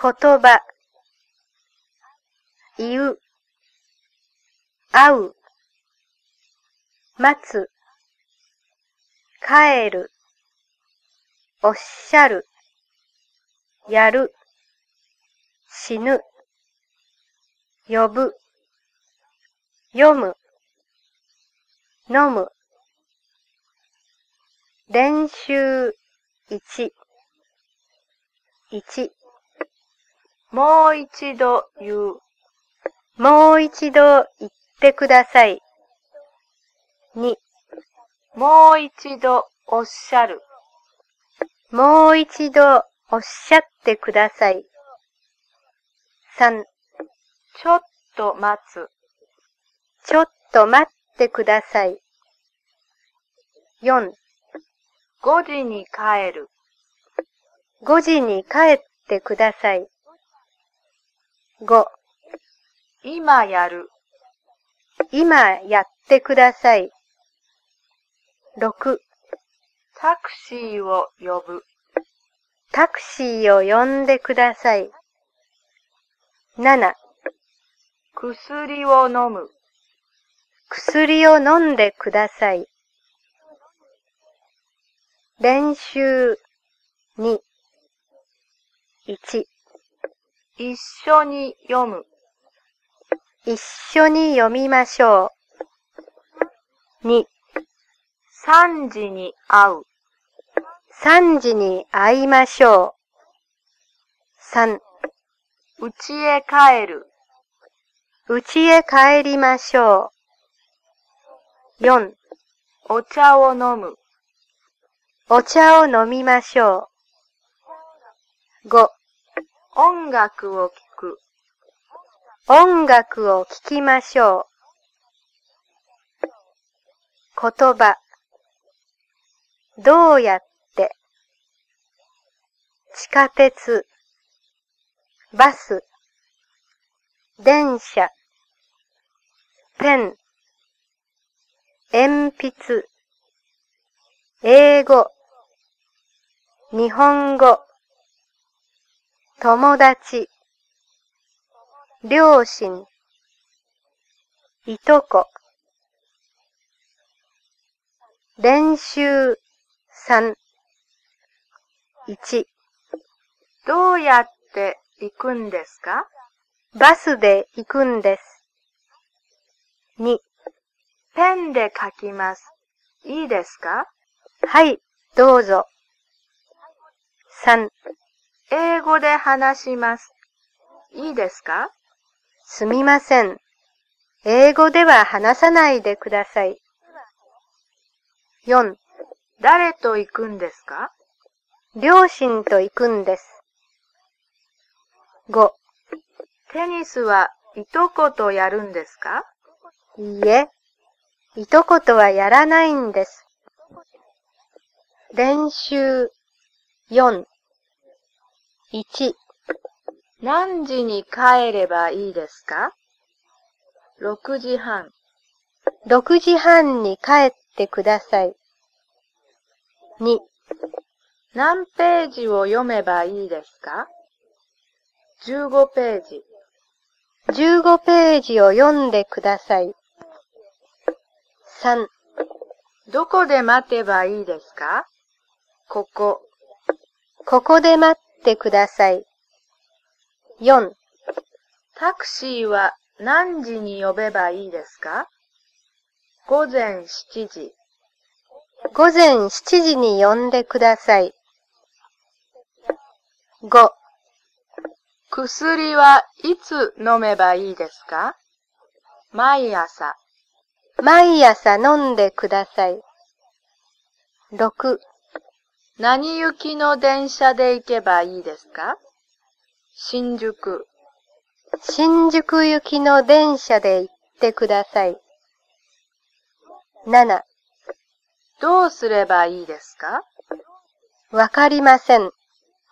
言葉、言う、会う、待つ、帰る、おっしゃる、やる、死ぬ、呼ぶ、読む、飲む。練習1、1、もう一度言う。もう一度言ってください。2、もう一度おっしゃる。もう一度おっしゃってください。3、ちょっと待つ。ちょっと待ってください。4、 5時に帰る。 5時に帰ってください。5、今やる。今やってください。6、タクシーを呼ぶ。タクシーを呼んでください。7、薬を飲む。薬を飲んでください。練習2、1、一緒に読む。一緒に読みましょう。2、 3時に会う。 3時に会いましょう。3、家へ帰る。家へ帰りましょう。4、お茶を飲む。お茶を飲みましょう。5、音楽を聴く。音楽を聴きましょう。言葉。どうやって。地下鉄。バス。電車。ペン。鉛筆。英語。日本語。友達。両親、いとこ。練習3、1、どうやって行くんですかバスで行くんです。2、ペンで書きます。いいですかはい、どうぞ。3、英語で話します。いいですかすみません。英語では話さないでください。4、誰と行くんですか両親と行くんです。5、テニスはいとことやるんですかいいえ、いとことはやらないんです。練習4、1、何時に帰ればいいですか ?6 時半。 6時半に帰ってください。2、何ページを読めばいいですか ?15 ページ。 15ページを読んでください。3、どこで待てばいいですかここ。ここで待ってください。4、タクシーは何時に呼べばいいですか午前7時。午前7時に呼んでください。5、薬はいつ飲めばいいですか毎朝。毎朝飲んでください。6、何行きの電車で行けばいいですか新宿。新宿行きの電車で行ってください。7、どうすればいいですかわかりません。